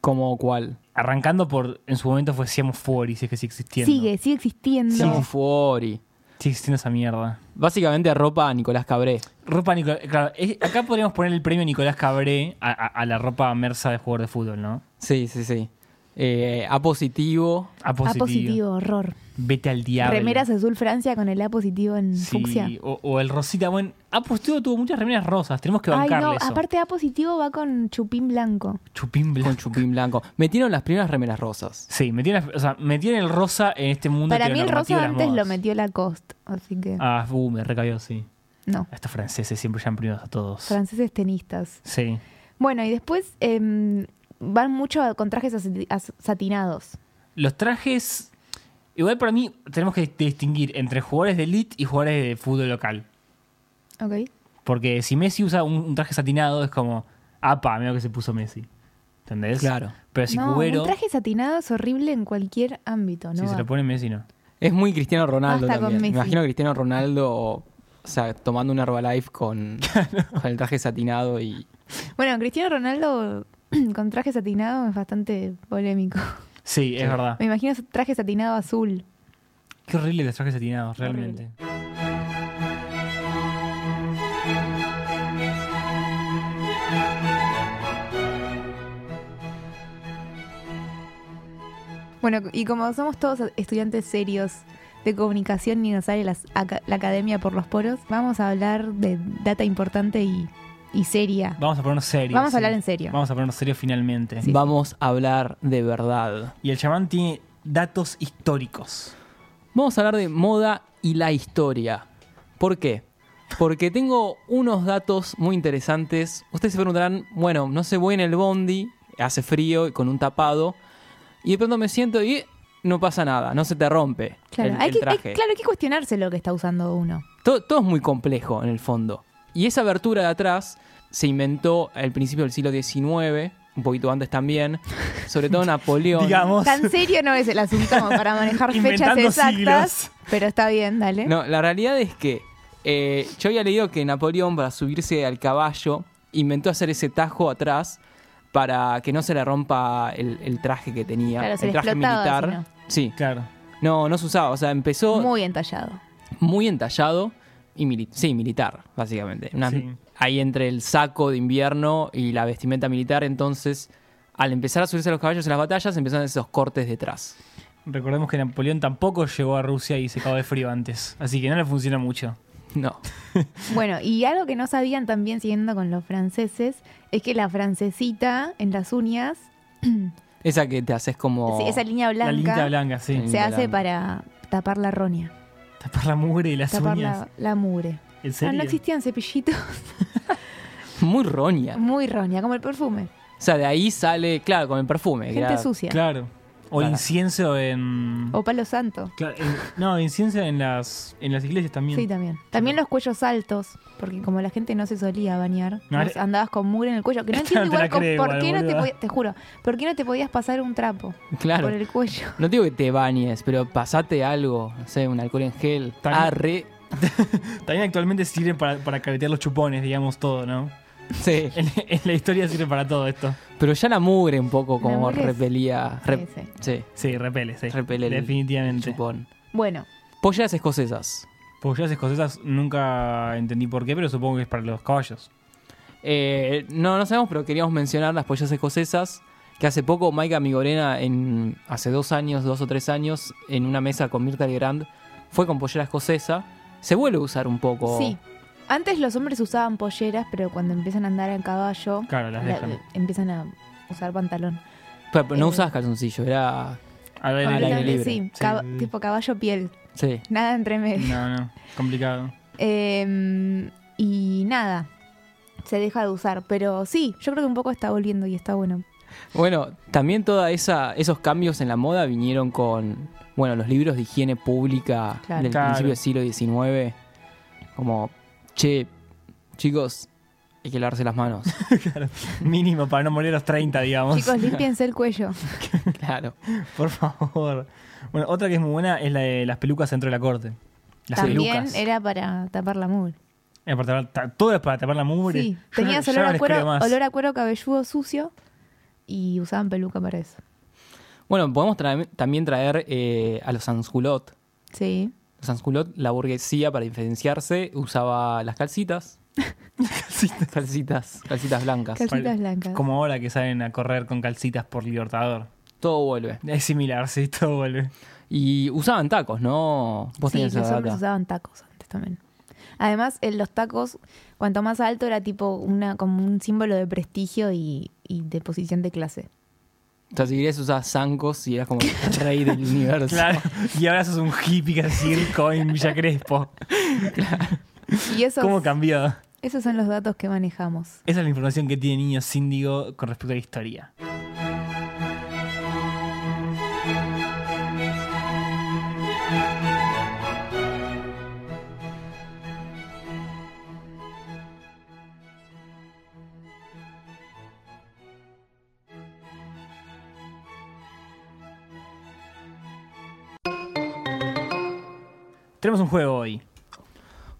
F: ¿Como cuál?
G: Arrancando por, en su momento fue Siamo Fuori, si es que sigue existiendo.
H: Sigue, sigue existiendo.
F: Simu Fuori.
G: Sigue existiendo esa mierda.
F: Básicamente ropa a Nicolás Cabré.
G: Ropa Nicolás, claro, es- acá podríamos poner el premio Nicolás Cabré a, a- a la ropa mersa de jugador de fútbol, ¿no?
F: Sí, sí, sí. Eh, a positivo.
G: A
H: A
G: positivo.
H: positivo, horror.
G: Vete al diablo.
H: Remeras azul Francia con el A positivo en
G: Sí,
H: fucsia.
G: O, o el Rosita. Bueno, Aposteo tuvo muchas remeras rosas. Tenemos que
H: Ay,
G: bancarle
H: no,
G: eso.
H: aparte A positivo va con chupín blanco.
G: Chupín
F: Con
G: blanco.
F: chupín blanco. Metieron las primeras remeras rosas.
G: Sí, metían, las- o sea, metían el rosa en este mundo.
H: Para mí el
G: heteronormativo
H: rosa
G: de las
H: antes lo
G: modas.
H: metió la cost, así que...
G: Ah, uh, me recayó, sí.
H: No,
G: Estos franceses siempre llaman primeros a todos.
H: franceses tenistas.
G: sí.
H: Bueno, y después em, van mucho a- con trajes asi- as- satinados.
G: Los trajes. Igual para mí tenemos que distinguir entre jugadores de elite y jugadores de fútbol local.
H: ¿Ok?
G: Porque si Messi usa un, un traje satinado es como, apa, mira lo que se puso Messi. ¿Entendés?
F: Claro.
G: Pero si
H: no,
G: Cubero,
H: un traje satinado es horrible en cualquier ámbito, ¿no?
G: si se
H: va.
G: lo pone Messi, no.
F: Es muy Cristiano Ronaldo
H: Basta con
F: también. Me
H: Messi.
F: imagino a Cristiano Ronaldo, o sea, tomando un Herbalife con, con el traje satinado y.
H: Bueno, Cristiano Ronaldo con traje satinado es bastante polémico.
G: Sí, es verdad.
H: Me imagino ese traje satinado azul.
G: Qué horrible los trajes satinados, realmente.
H: Bueno, y como somos todos estudiantes serios de comunicación y nos sale las aca- la academia por los poros, vamos a hablar de data importante y, y seria.
G: Vamos a ponernos serios.
H: Vamos a
G: sí.
H: hablar en serio.
G: Vamos a ponernos serios finalmente.
H: Sí.
F: Vamos a hablar de verdad.
G: Y el chamán tiene datos históricos.
F: Vamos a hablar de moda y la historia. ¿Por qué? Porque tengo unos datos muy interesantes. Ustedes se preguntarán, bueno, no sé, voy en el bondi, hace frío y con un tapado, y de pronto me siento y eh, no pasa nada, no se te rompe
H: Claro,
F: el,
H: hay,
F: el
H: que, hay-
F: traje.
H: claro, hay que cuestionarse lo que está usando uno.
F: Todo, todo es muy complejo en el fondo. Y esa abertura de atrás se inventó al principio del siglo XIX, un poquito antes también, sobre todo Napoleón.
G: Digamos.
H: Tan serio no es el asunto como para manejar fechas
G: Inventando
H: exactas,
G: siglos.
H: pero está bien, dale.
F: No, la realidad es que eh, yo había leído que Napoleón, para subirse al caballo, inventó hacer ese tajo atrás para que no se le rompa el, el traje que tenía,
H: Claro, se
F: el
H: le
F: traje
H: explotaba,
F: militar. Sí,
G: Claro.
F: no, no se usaba, o sea, empezó muy,
H: Muy entallado.
F: entallado y mili- sí, militar, básicamente. Una-
G: Sí.
F: Ahí entre el saco de invierno y la vestimenta militar, entonces, al empezar a subirse a los caballos en las batallas, empezaron esos cortes detrás.
G: Recordemos que Napoleón tampoco llegó a Rusia y se cagó de frío antes. Así que no le funciona mucho.
F: No.
H: Bueno, y algo que no sabían también siguiendo con los franceses es que la francesita en las uñas,
F: Esa que te haces como...
H: esa línea
G: La
H: blanca,
G: linda blanca, sí.
F: Sí.
H: se
F: Línea
H: hace
F: blanca.
H: para tapar la roña,
G: Tapar la mugre y las
H: tapar
G: uñas.
H: la, la mugre.
G: ¿En
H: Ah,
G: serio?
H: no existían cepillitos,
F: Muy roña.
H: muy roña, como el perfume.
F: O sea, de ahí sale, claro, con el perfume. que
H: Gente
F: era-
H: sucia.
G: Claro. O
F: Claro.
G: incienso en...
H: O palo santo.
G: Claro, en- No, incienso en las, en las iglesias también.
H: Sí, también. También los cuellos altos, porque como la gente no se solía bañar,
G: No,
H: vos
G: eh.
H: andabas con mugre en el cuello. Que no
G: Esta
H: entiendo
G: no te la
H: igual con-
G: creo
H: por
G: igual,
H: qué no te
G: boluda.
H: podías, te juro, por qué no te podías pasar un trapo
F: Claro.
H: por el cuello.
F: No digo que te bañes, pero pasate algo, no sé, un alcohol en gel. Ah,
G: También-
F: Arre.
G: También actualmente sirven para, para caretear los chupones, digamos, todo, ¿no?
F: Sí.
G: En, en la historia sirve para todo esto.
F: Pero ya la mugre un poco
H: La
F: como
H: mugre es-
F: repelía. rep-
H: Sí, sí.
F: sí.
G: Sí, repele, sí.
F: Repele el-
G: Definitivamente.
F: chupón.
H: Bueno,
F: Polleras escocesas.
G: Porque yo las escocesas nunca entendí por qué, pero supongo que es para los caballos.
F: Eh, no, no sabemos, pero queríamos mencionar las polleras escocesas. Que hace poco Maika Migorena, en, hace dos años, dos o tres años, en una mesa con Mirta Legrand, fue con pollera escocesa. Se vuelve a usar un poco.
H: Sí. Antes los hombres usaban polleras, pero cuando empiezan a andar a caballo,
G: Claro, las
H: la- eh,
G: dejan.
H: empiezan a usar pantalón.
F: Pero, pero no
H: Eh.
F: usabas calzoncillo, era.
G: Al aire
F: Al
G: libre.
F: aire libre.
H: Sí,
G: Sí. Mm.
H: caba- tipo caballo piel,
F: Sí.
H: nada entre medio.
G: No, no, complicado.
H: Eh, y nada, se deja de usar. Pero sí, yo creo que un poco está volviendo y está bueno.
F: Bueno, también todos esos cambios en la moda vinieron con, bueno, los libros de higiene pública
H: Claro.
F: del
G: Claro.
F: principio del siglo XIX. Como, che, chicos, hay que lavarse las manos.
G: Mínimo para no morir a los 30, digamos.
H: Chicos, límpiense el cuello.
F: claro.
G: Por favor. Bueno, otra que es muy buena es la de las pelucas dentro de la corte. Las
H: También
G: pelucas.
H: era para tapar la mugre.
G: Era para tapar- ta- todo es para tapar la mugre.
H: Sí,
G: Yo no-
H: tenías
G: yo
H: olor,
G: no
H: a
G: les creo
H: cuero,
G: más.
H: olor a cuero cabelludo sucio y usaban peluca para eso.
F: Bueno, podemos traer- también traer eh, a los sansculot.
H: Sí.
F: Los sansculot, la burguesía para diferenciarse, usaba las calcitas. calcitas, calcitas blancas.
H: Calc- Calcitas blancas.
G: Como ahora que salen a correr con calcitas por Libertador.
F: Todo vuelve.
G: Es similar, sí, todo vuelve.
F: Y usaban tacos, ¿no? Vos
H: Sí,
F: tenías
H: los
F: esa
H: hombres
F: data.
H: usaban tacos antes también. Además, en los tacos, cuanto más alto era tipo una como un símbolo de prestigio y, y de posición de clase.
F: O sea, si querías usar zancos y eras como el rey del universo.
G: Claro. Y ahora sos un hippie que se sigue en Villa Crespo.
H: Y esos,
G: ¿Cómo cambió?
H: esos son los datos que manejamos.
G: Esa es la información que tiene Niños Síndigo con respecto a la historia. Tenemos un juego hoy.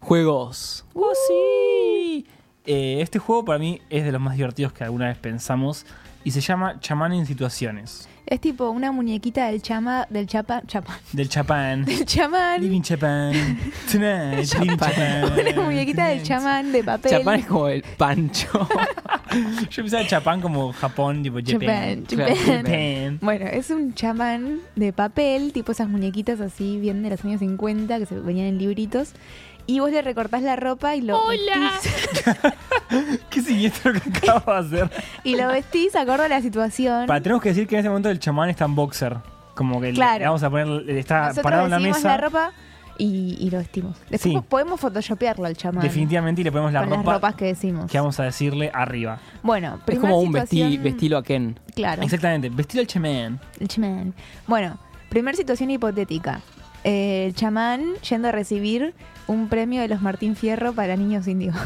F: Juegos.
G: ¡Oh, sí! Eh, este juego para mí es de los más divertidos que alguna vez pensamos y se llama Chamán en Situaciones,
H: Es tipo una muñequita del chama, del chapa, chapa,
G: del Chapán.
H: del chamán.
G: Living Chapán. Tonight, Living Chapán.
H: Una muñequita del
G: Tonight.
H: chamán de papel.
F: Chapán es como el pancho.
G: Yo pensaba Chapán como Japón, tipo Japan.
H: Chapán,
F: Claro,
H: chapán.
G: Japan.
H: Bueno, es un chamán de papel, tipo esas muñequitas así, bien de los años 50, que se venían en libritos. Y vos le recortás la ropa y lo vestís.
G: ¿Qué siniestro que acabo de hacer?
H: Y lo vestís acorde a la situación.
G: Pa, tenemos que decir que en este momento el chamán está en boxer. Como que le-
H: Claro.
G: le vamos a poner, está parado
H: Nosotros
G: en la
H: decidimos
G: mesa.
H: la ropa y, y lo vestimos. Después
G: Sí.
H: podemos photoshopearlo al chamán.
G: Definitivamente, y le ponemos la
H: con las
G: ropa
H: ropas que decimos.
G: que vamos a decirle arriba.
H: Bueno,
F: es
H: primera
F: como un vesti-
H: situación-
F: vestilo a Ken.
H: Claro.
G: Exactamente, vestido al chamán.
H: El chamán. Bueno, primer situación hipotética. Eh, El chamán yendo a recibir un premio de los Martín Fierro para niños indios.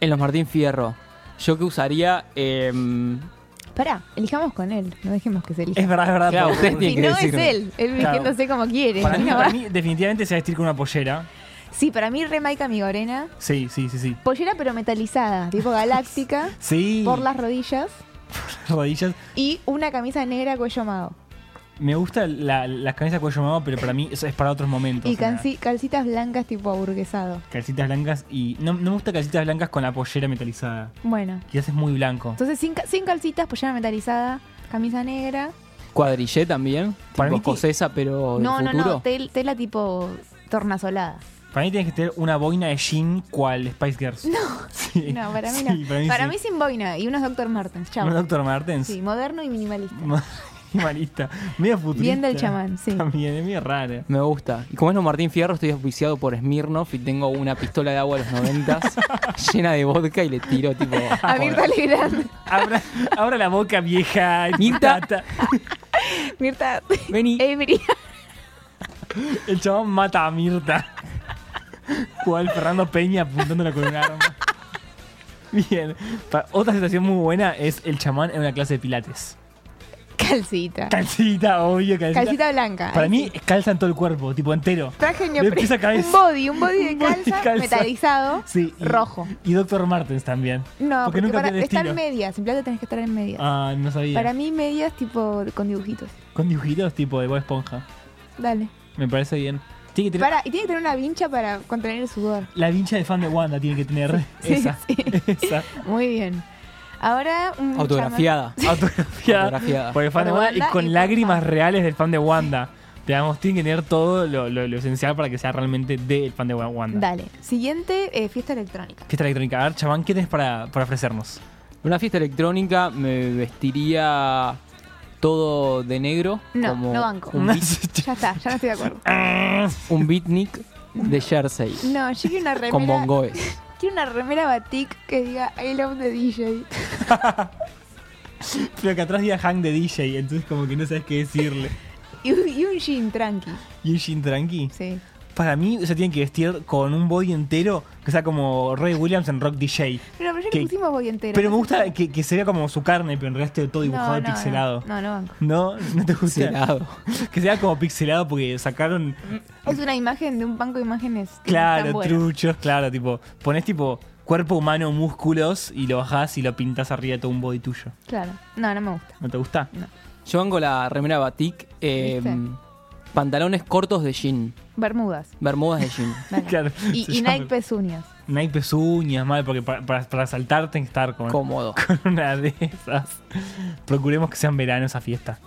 F: En los Martín Fierro. Yo que usaría. em,
H: Pará, elijamos con él, no dejemos que se elija.
G: Es verdad, es verdad.
F: Claro,
G: por-
F: ustedes
H: Si
F: tienen
H: no
F: que
H: es
F: decirlo.
H: él, él
G: Claro.
H: vistiéndose como quiere.
G: Para mí,
H: nada
G: para
H: más.
G: mí, definitivamente se va a vestir con una pollera.
H: Sí, para mí re Maika Migorena.
G: Sí, sí, sí, sí.
H: Pollera pero metalizada, tipo galáctica,
G: Sí.
H: por las rodillas.
G: rodillas.
H: Y una camisa negra cuello mago.
G: Me gusta la, la camisa cuello mamado, pero para mí eso es para otros momentos.
H: Y
G: o sea,
H: calci- calcitas blancas tipo aburguesado.
G: Calcitas blancas y. No, no me gusta calcitas blancas con la pollera metalizada.
H: Bueno,
G: Quizás es muy blanco.
H: entonces sin, ca- sin calcitas, pollera metalizada, camisa negra.
F: Cuadrillé también.
G: Para
F: Tipo
G: mí que-
F: escocesa, pero del
H: No, no,
F: futuro.
H: no, tel- tela tipo tornasolada.
G: Para mí tienes que tener una boina de jean cual Spice Girls. No. Sí.
H: No, para mí
G: Sí,
H: no.
G: Para mí, sí.
H: sin boina y unos Dr. Martens,
G: ¿No,
H: chao.
G: Dr. Martens.
H: Sí, moderno y minimalista.
G: Malista. Medio futurista.
H: Bien del chamán, sí.
G: También, es medio rara.
F: Me gusta. Y como es no Martín Fierro, estoy auspiciado por Smirnoff y tengo una pistola de agua de los noventas llena de vodka y le tiro tipo.
G: Ah,
H: A Mirta Legrand.
G: Abra, abra la boca vieja.
F: Mirta.
G: tata.
H: Mirta.
F: Vení.
H: Avery.
G: El chabón mata a Mirta. Cual Fernando Peña apuntándola con un arma. Bien. Pa- otra situación muy buena es el chamán en una clase de pilates.
H: Calcita.
G: Calcita, obvio, calcita.
H: Calcita blanca.
G: Para
H: ahí
G: mí
H: sí.
G: calza en todo el cuerpo, tipo entero.
H: Traje
G: le empieza a
H: neopren.
G: caer-
H: Un body, un body de
G: un body de
H: calza,
G: calza.
H: metalizado,
G: Sí. y-
H: rojo.
G: Y Doctor Martens también. porque
H: No, porque,
G: nunca
H: para
G: tiene
H: estar
G: estilo.
H: medias, en plata tenés que estar en medias.
G: Ah, no sabía.
H: Para mí medias tipo con dibujitos.
G: Con dibujitos tipo de Bob Esponja.
H: Dale.
G: Me parece bien. Tiene que tener.
H: Para, y tiene que tener una vincha para contener el sudor.
G: La vincha de fan de Wanda tiene que tener.
H: Sí,
G: esa.
H: sí.
G: Esa.
H: Muy bien. Ahora un
F: Autografiada.
G: Autografiada.
F: Autografiada.
G: Por el fan de
H: Por
G: Wanda y
H: Wanda y
G: con
H: por
G: lágrimas
H: fan.
G: reales del fan de Wanda. Digamos, tiene que tener todo lo, lo- lo esencial para que sea realmente del fan de
H: chamán-
G: Wanda.
H: Dale. Siguiente, eh, fiesta electrónica.
G: Fiesta electrónica. A ver, chamán, ¿qué tenés para, para ofrecernos?
F: Una fiesta electrónica me vestiría todo de negro.
H: No,
F: como
H: no banco.
F: Un, beat-
H: Ya está, ya no estoy de acuerdo.
F: un beatnik de jersey.
H: No, yo quiero una remera.
F: Con bongoes.
H: Quiero una remera batik que diga I love the DJ.
G: Pero que atrás diga hang de DJ, entonces como que no sabes qué decirle.
H: Y, un- y un jean tranqui.
G: Y un jean tranqui.
H: Sí.
G: Para mí se tienen que vestir con un body entero que sea como Ray Williams en Rock DJ.
H: Pero, pero ya
G: ¿Qué?
H: le pusimos boy entero.
G: Pero me gusta que, que se vea como su carne, pero en realidad esté todo dibujado y
H: no,
G: pixelado.
H: No, no, no banco.
G: No, no te gusta.
F: Pixelado.
G: Que sea como pixelado porque sacaron,
H: Es una imagen de un banco de imágenes. que no
G: claro,
H: están buenas.
G: truchos, claro, tipo, pones tipo cuerpo humano, músculos y lo bajás y lo pintas arriba de todo un body tuyo.
H: Claro. No, no me gusta.
G: ¿No te gusta?
F: Yo vengo la remera batik. eh,
H: ¿Viste?
F: pantalones cortos de jean.
H: Bermudas.
F: Bermudas de jean.
H: Dale.
G: Claro, se
H: Y, y
G: llama-
H: naipes uñas.
G: Naipes uñas, mal, porque para, para, para saltar tenés que estar con,
F: Cómodo.
G: con una de esas. Procuremos que sean verano esa fiesta.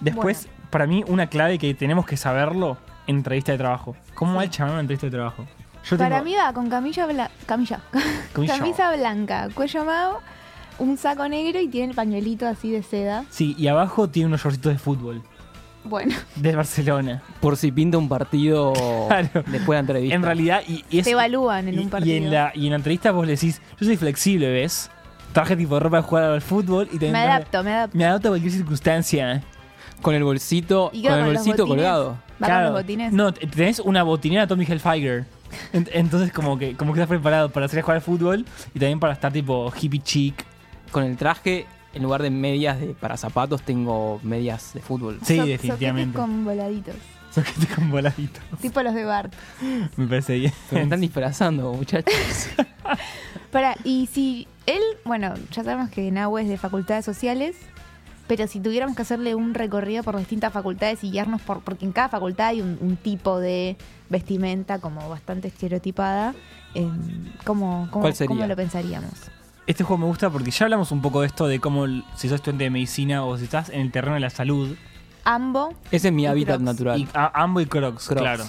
G: Después, para mí, una clave que tenemos que saberlo, entrevista de trabajo. ¿Cómo va el chamán en una entrevista de trabajo? Yo
H: Para
G: tengo-
H: mí va con camilla blanca. Camilla.
G: Camisa.
H: Camisa blanca, cuello mago, un saco negro y tiene el pañuelito así de seda.
G: Sí, y abajo tiene unos shortcitos de fútbol.
H: Bueno,
G: de Barcelona.
F: Por si pinta un partido
G: Claro.
F: después de la entrevista.
G: En realidad, y, y es-
H: te evalúan en
G: y-
H: un
G: Y
H: partido.
G: en, la, y en la entrevista vos le decís, yo soy flexible, ¿ves? Traje tipo de ropa de jugar al fútbol y también
H: me adapto, me adapto.
G: me adapto a cualquier circunstancia.
F: con el bolsito,
H: ¿Y qué
F: con
H: va
F: el
H: con los
F: bolsito
H: botines?
F: colgado.
H: ¿Va con los botines?
G: No, t- tenés una botinera Tommy Hellfire. En- entonces como que, como que estás preparado para hacer jugar al fútbol y también para estar tipo hippie chic.
F: Con el traje, en lugar de medias de, para zapatos, tengo medias de fútbol.
G: Sí,
H: So- soquetes
G: definitivamente.
H: con voladitos.
G: Soquete con voladito.
H: Tipo los de Bart.
G: Me parece bien.
F: Se me están disfrazando, muchachos.
H: Para, y si él, bueno, ya sabemos que Nahue es de facultades sociales, pero si tuviéramos que hacerle un recorrido por distintas facultades y guiarnos por, porque en cada facultad hay un, un tipo de vestimenta como bastante estereotipada, eh, ¿cómo, cómo-
F: ¿Cuál sería?
H: cómo lo pensaríamos?
G: Este juego me gusta porque ya hablamos un poco de esto de cómo l- si sos estudiante de medicina o si estás en el terreno de la salud.
H: Ambo,
F: Ese es mi
H: Y
F: hábitat
H: Crocs.
F: natural.
G: Y a- Ambo y Crocs,
F: Crocs.
G: claro.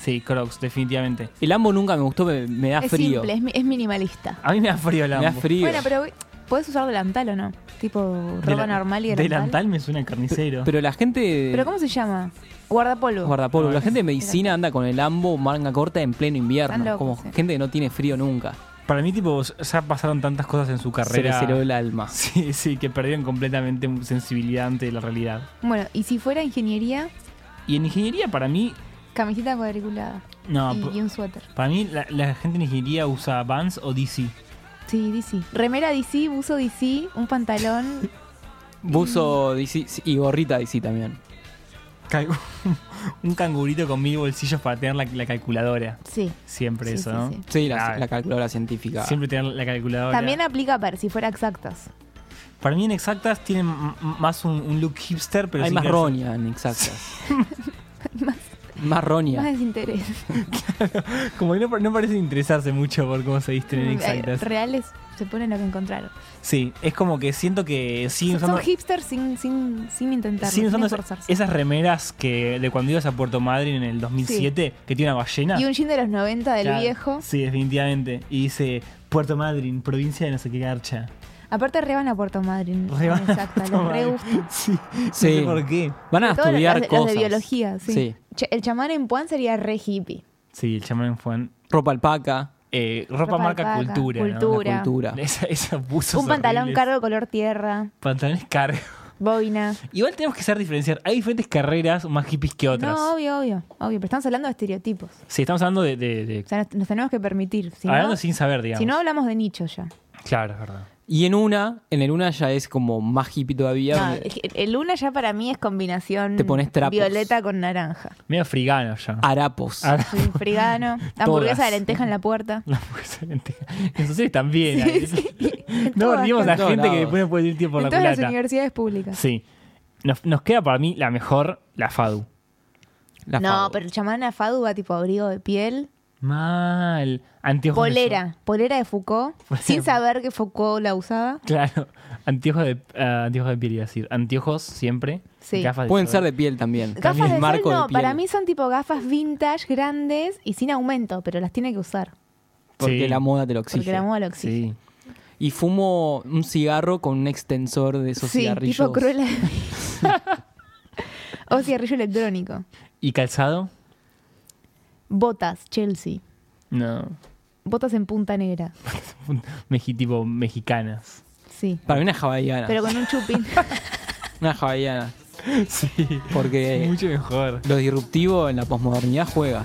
G: Sí, Crocs, definitivamente.
F: El ambo nunca me gustó, me, me da
H: es
F: Ah, frío.
H: simple, es, mi- es minimalista.
G: A mí me da frío el
F: Me
G: Ambo.
F: da frío.
H: Bueno, pero puedes usar delantal o no, tipo ropa
G: Delan-
H: normal y delantal.
G: Delantal me suena carnicero.
F: Pero la gente.
H: ¿Pero cómo se llama? Guardapolvo.
F: Guardapolvo, la gente de
H: Mira.
F: medicina anda con el ambo manga corta en pleno invierno,
H: Están locos,
F: como
H: sí.
F: gente que no tiene frío nunca.
G: Para mí, tipo, ya pasaron tantas cosas en su
F: Se le
G: carrera.
F: ceró el alma.
G: Sí, sí, que perdieron completamente sensibilidad ante la realidad.
H: bueno, y si fuera ingeniería,
G: Y en ingeniería, para mí,
H: camiseta cuadriculada
G: no.
H: y-
G: pa-
H: y un suéter. Para
G: Para mí, la, la gente en ingeniería usa Vans o DC.
H: Sí, DC. Remera DC, buzo DC, un pantalón.
F: Buzo DC y gorrita DC también.
G: Cal- Un cangurito con mil bolsillos para tener la, la calculadora.
H: Sí.
G: Siempre
H: Sí,
G: eso,
H: sí,
G: ¿no?
H: sí.
F: Sí, la,
G: Claro.
F: la calculadora científica.
G: Siempre tener la calculadora.
H: También aplica para si fuera exactas.
G: Para mí en exactas tienen m- m- más un, un look hipster, pero
F: Hay
G: sin
F: más
G: que-
F: roña en exactas. más roña.
H: Más desinterés.
G: Como que no, pa- no parecen interesarse mucho por cómo se visten en
H: Eh,
G: exactas.
H: Reales se ponen lo que encontraron.
G: Sí, es como que siento que siguen
H: Son
G: usando,
H: hipsters sin, sin, sin intentarlo,
G: siguen
H: sin
G: usando
H: esforzarse.
G: esas remeras que de cuando ibas a Puerto Madryn en el 2007, que tiene una ballena.
H: Y un jean de los 90 del
G: Claro.
H: viejo.
G: Sí, definitivamente. Y dice Puerto Madryn, provincia de no sé qué garcha.
H: Aparte reban a Puerto Madryn.
G: Re van a
H: Exacto,
G: Puerto
H: les re
G: Madryn.
H: gusta.
G: Sí,
F: Sí.
G: No sé por qué.
F: Van a
H: Sobre todo
F: estudiar
H: los de- los
F: cosas.
H: de biología, sí.
F: Sí.
H: Che, el chamán en Puan sería re hippie.
G: Sí, el chamán Juan.
F: Ropa alpaca,
G: Eh, ropa,
H: Ropa
G: marca
H: alpaca,
G: cultura. ¿no?
H: cultura. Pura.
F: cultura.
G: Esa- esos buzos
H: un pantalón
G: horribles.
H: cargo color tierra,
G: Pantalones cargo.
H: boina.
G: Igual tenemos que saber diferenciar. Hay diferentes carreras más hippies que otras.
H: No, obvio, obvio, obvio. Pero estamos hablando de estereotipos.
G: Sí, estamos hablando de. de- de-
H: O sea, nos, nos tenemos que permitir. Si
G: hablando
H: no,
G: sin saber, digamos.
H: si no hablamos de nicho ya.
G: Claro, es verdad.
F: Y en una, en el una ya es como más hippie todavía.
H: No,
F: donde
H: es que el luna ya para mí es combinación
F: Te pones trapos.
H: violeta con naranja.
G: Medio frigano ya.
F: Harapos.
G: Ah,
H: Soy un frigano, hamburguesa de lenteja en la puerta.
G: La hamburguesa de lenteja. En sociales también. hay. no
H: todas
G: perdimos a
F: partes.
G: la gente que
F: En todos
G: después nos puede ir tiempo por
H: en
G: la
H: todas las
G: culata.
H: universidades públicas.
G: Sí. Nos, nos queda para mí la mejor, la FADU.
F: La
H: no,
F: favo.
H: pero el chamán a Fadu va tipo abrigo de piel.
G: Mal. Anteojos. de sol.
H: Polera, polera de Foucault,
G: Polera.
H: sin saber que Foucault la usaba.
G: Claro. Anteojos de, ah, anteojos de piel, iba a decir. Anteojos siempre.
H: Sí.
G: Gafas de
F: Pueden
G: sol.
F: ser de piel también.
H: Gafas de
F: Marco
H: sol no,
F: de piel.
H: para mí son tipo gafas vintage, grandes y sin aumento, pero las tiene que usar.
F: Porque
G: Sí.
F: la moda te lo exige.
H: Porque la moda lo exige.
G: Sí.
F: Y fumo un cigarro con un extensor de esos
H: sí,
F: cigarrillos.
H: tipo cruel. o cigarrillo electrónico.
G: ¿Y calzado?
H: Botas, Chelsea.
G: No.
H: Botas en punta negra.
G: Meji- tipo mexicanas.
H: Sí.
F: Para mí una hawaiana.
H: Pero con un chupín.
F: Una hawaiana.
G: Sí.
F: Porque
G: Mucho mejor.
F: lo disruptivo en la posmodernidad juega.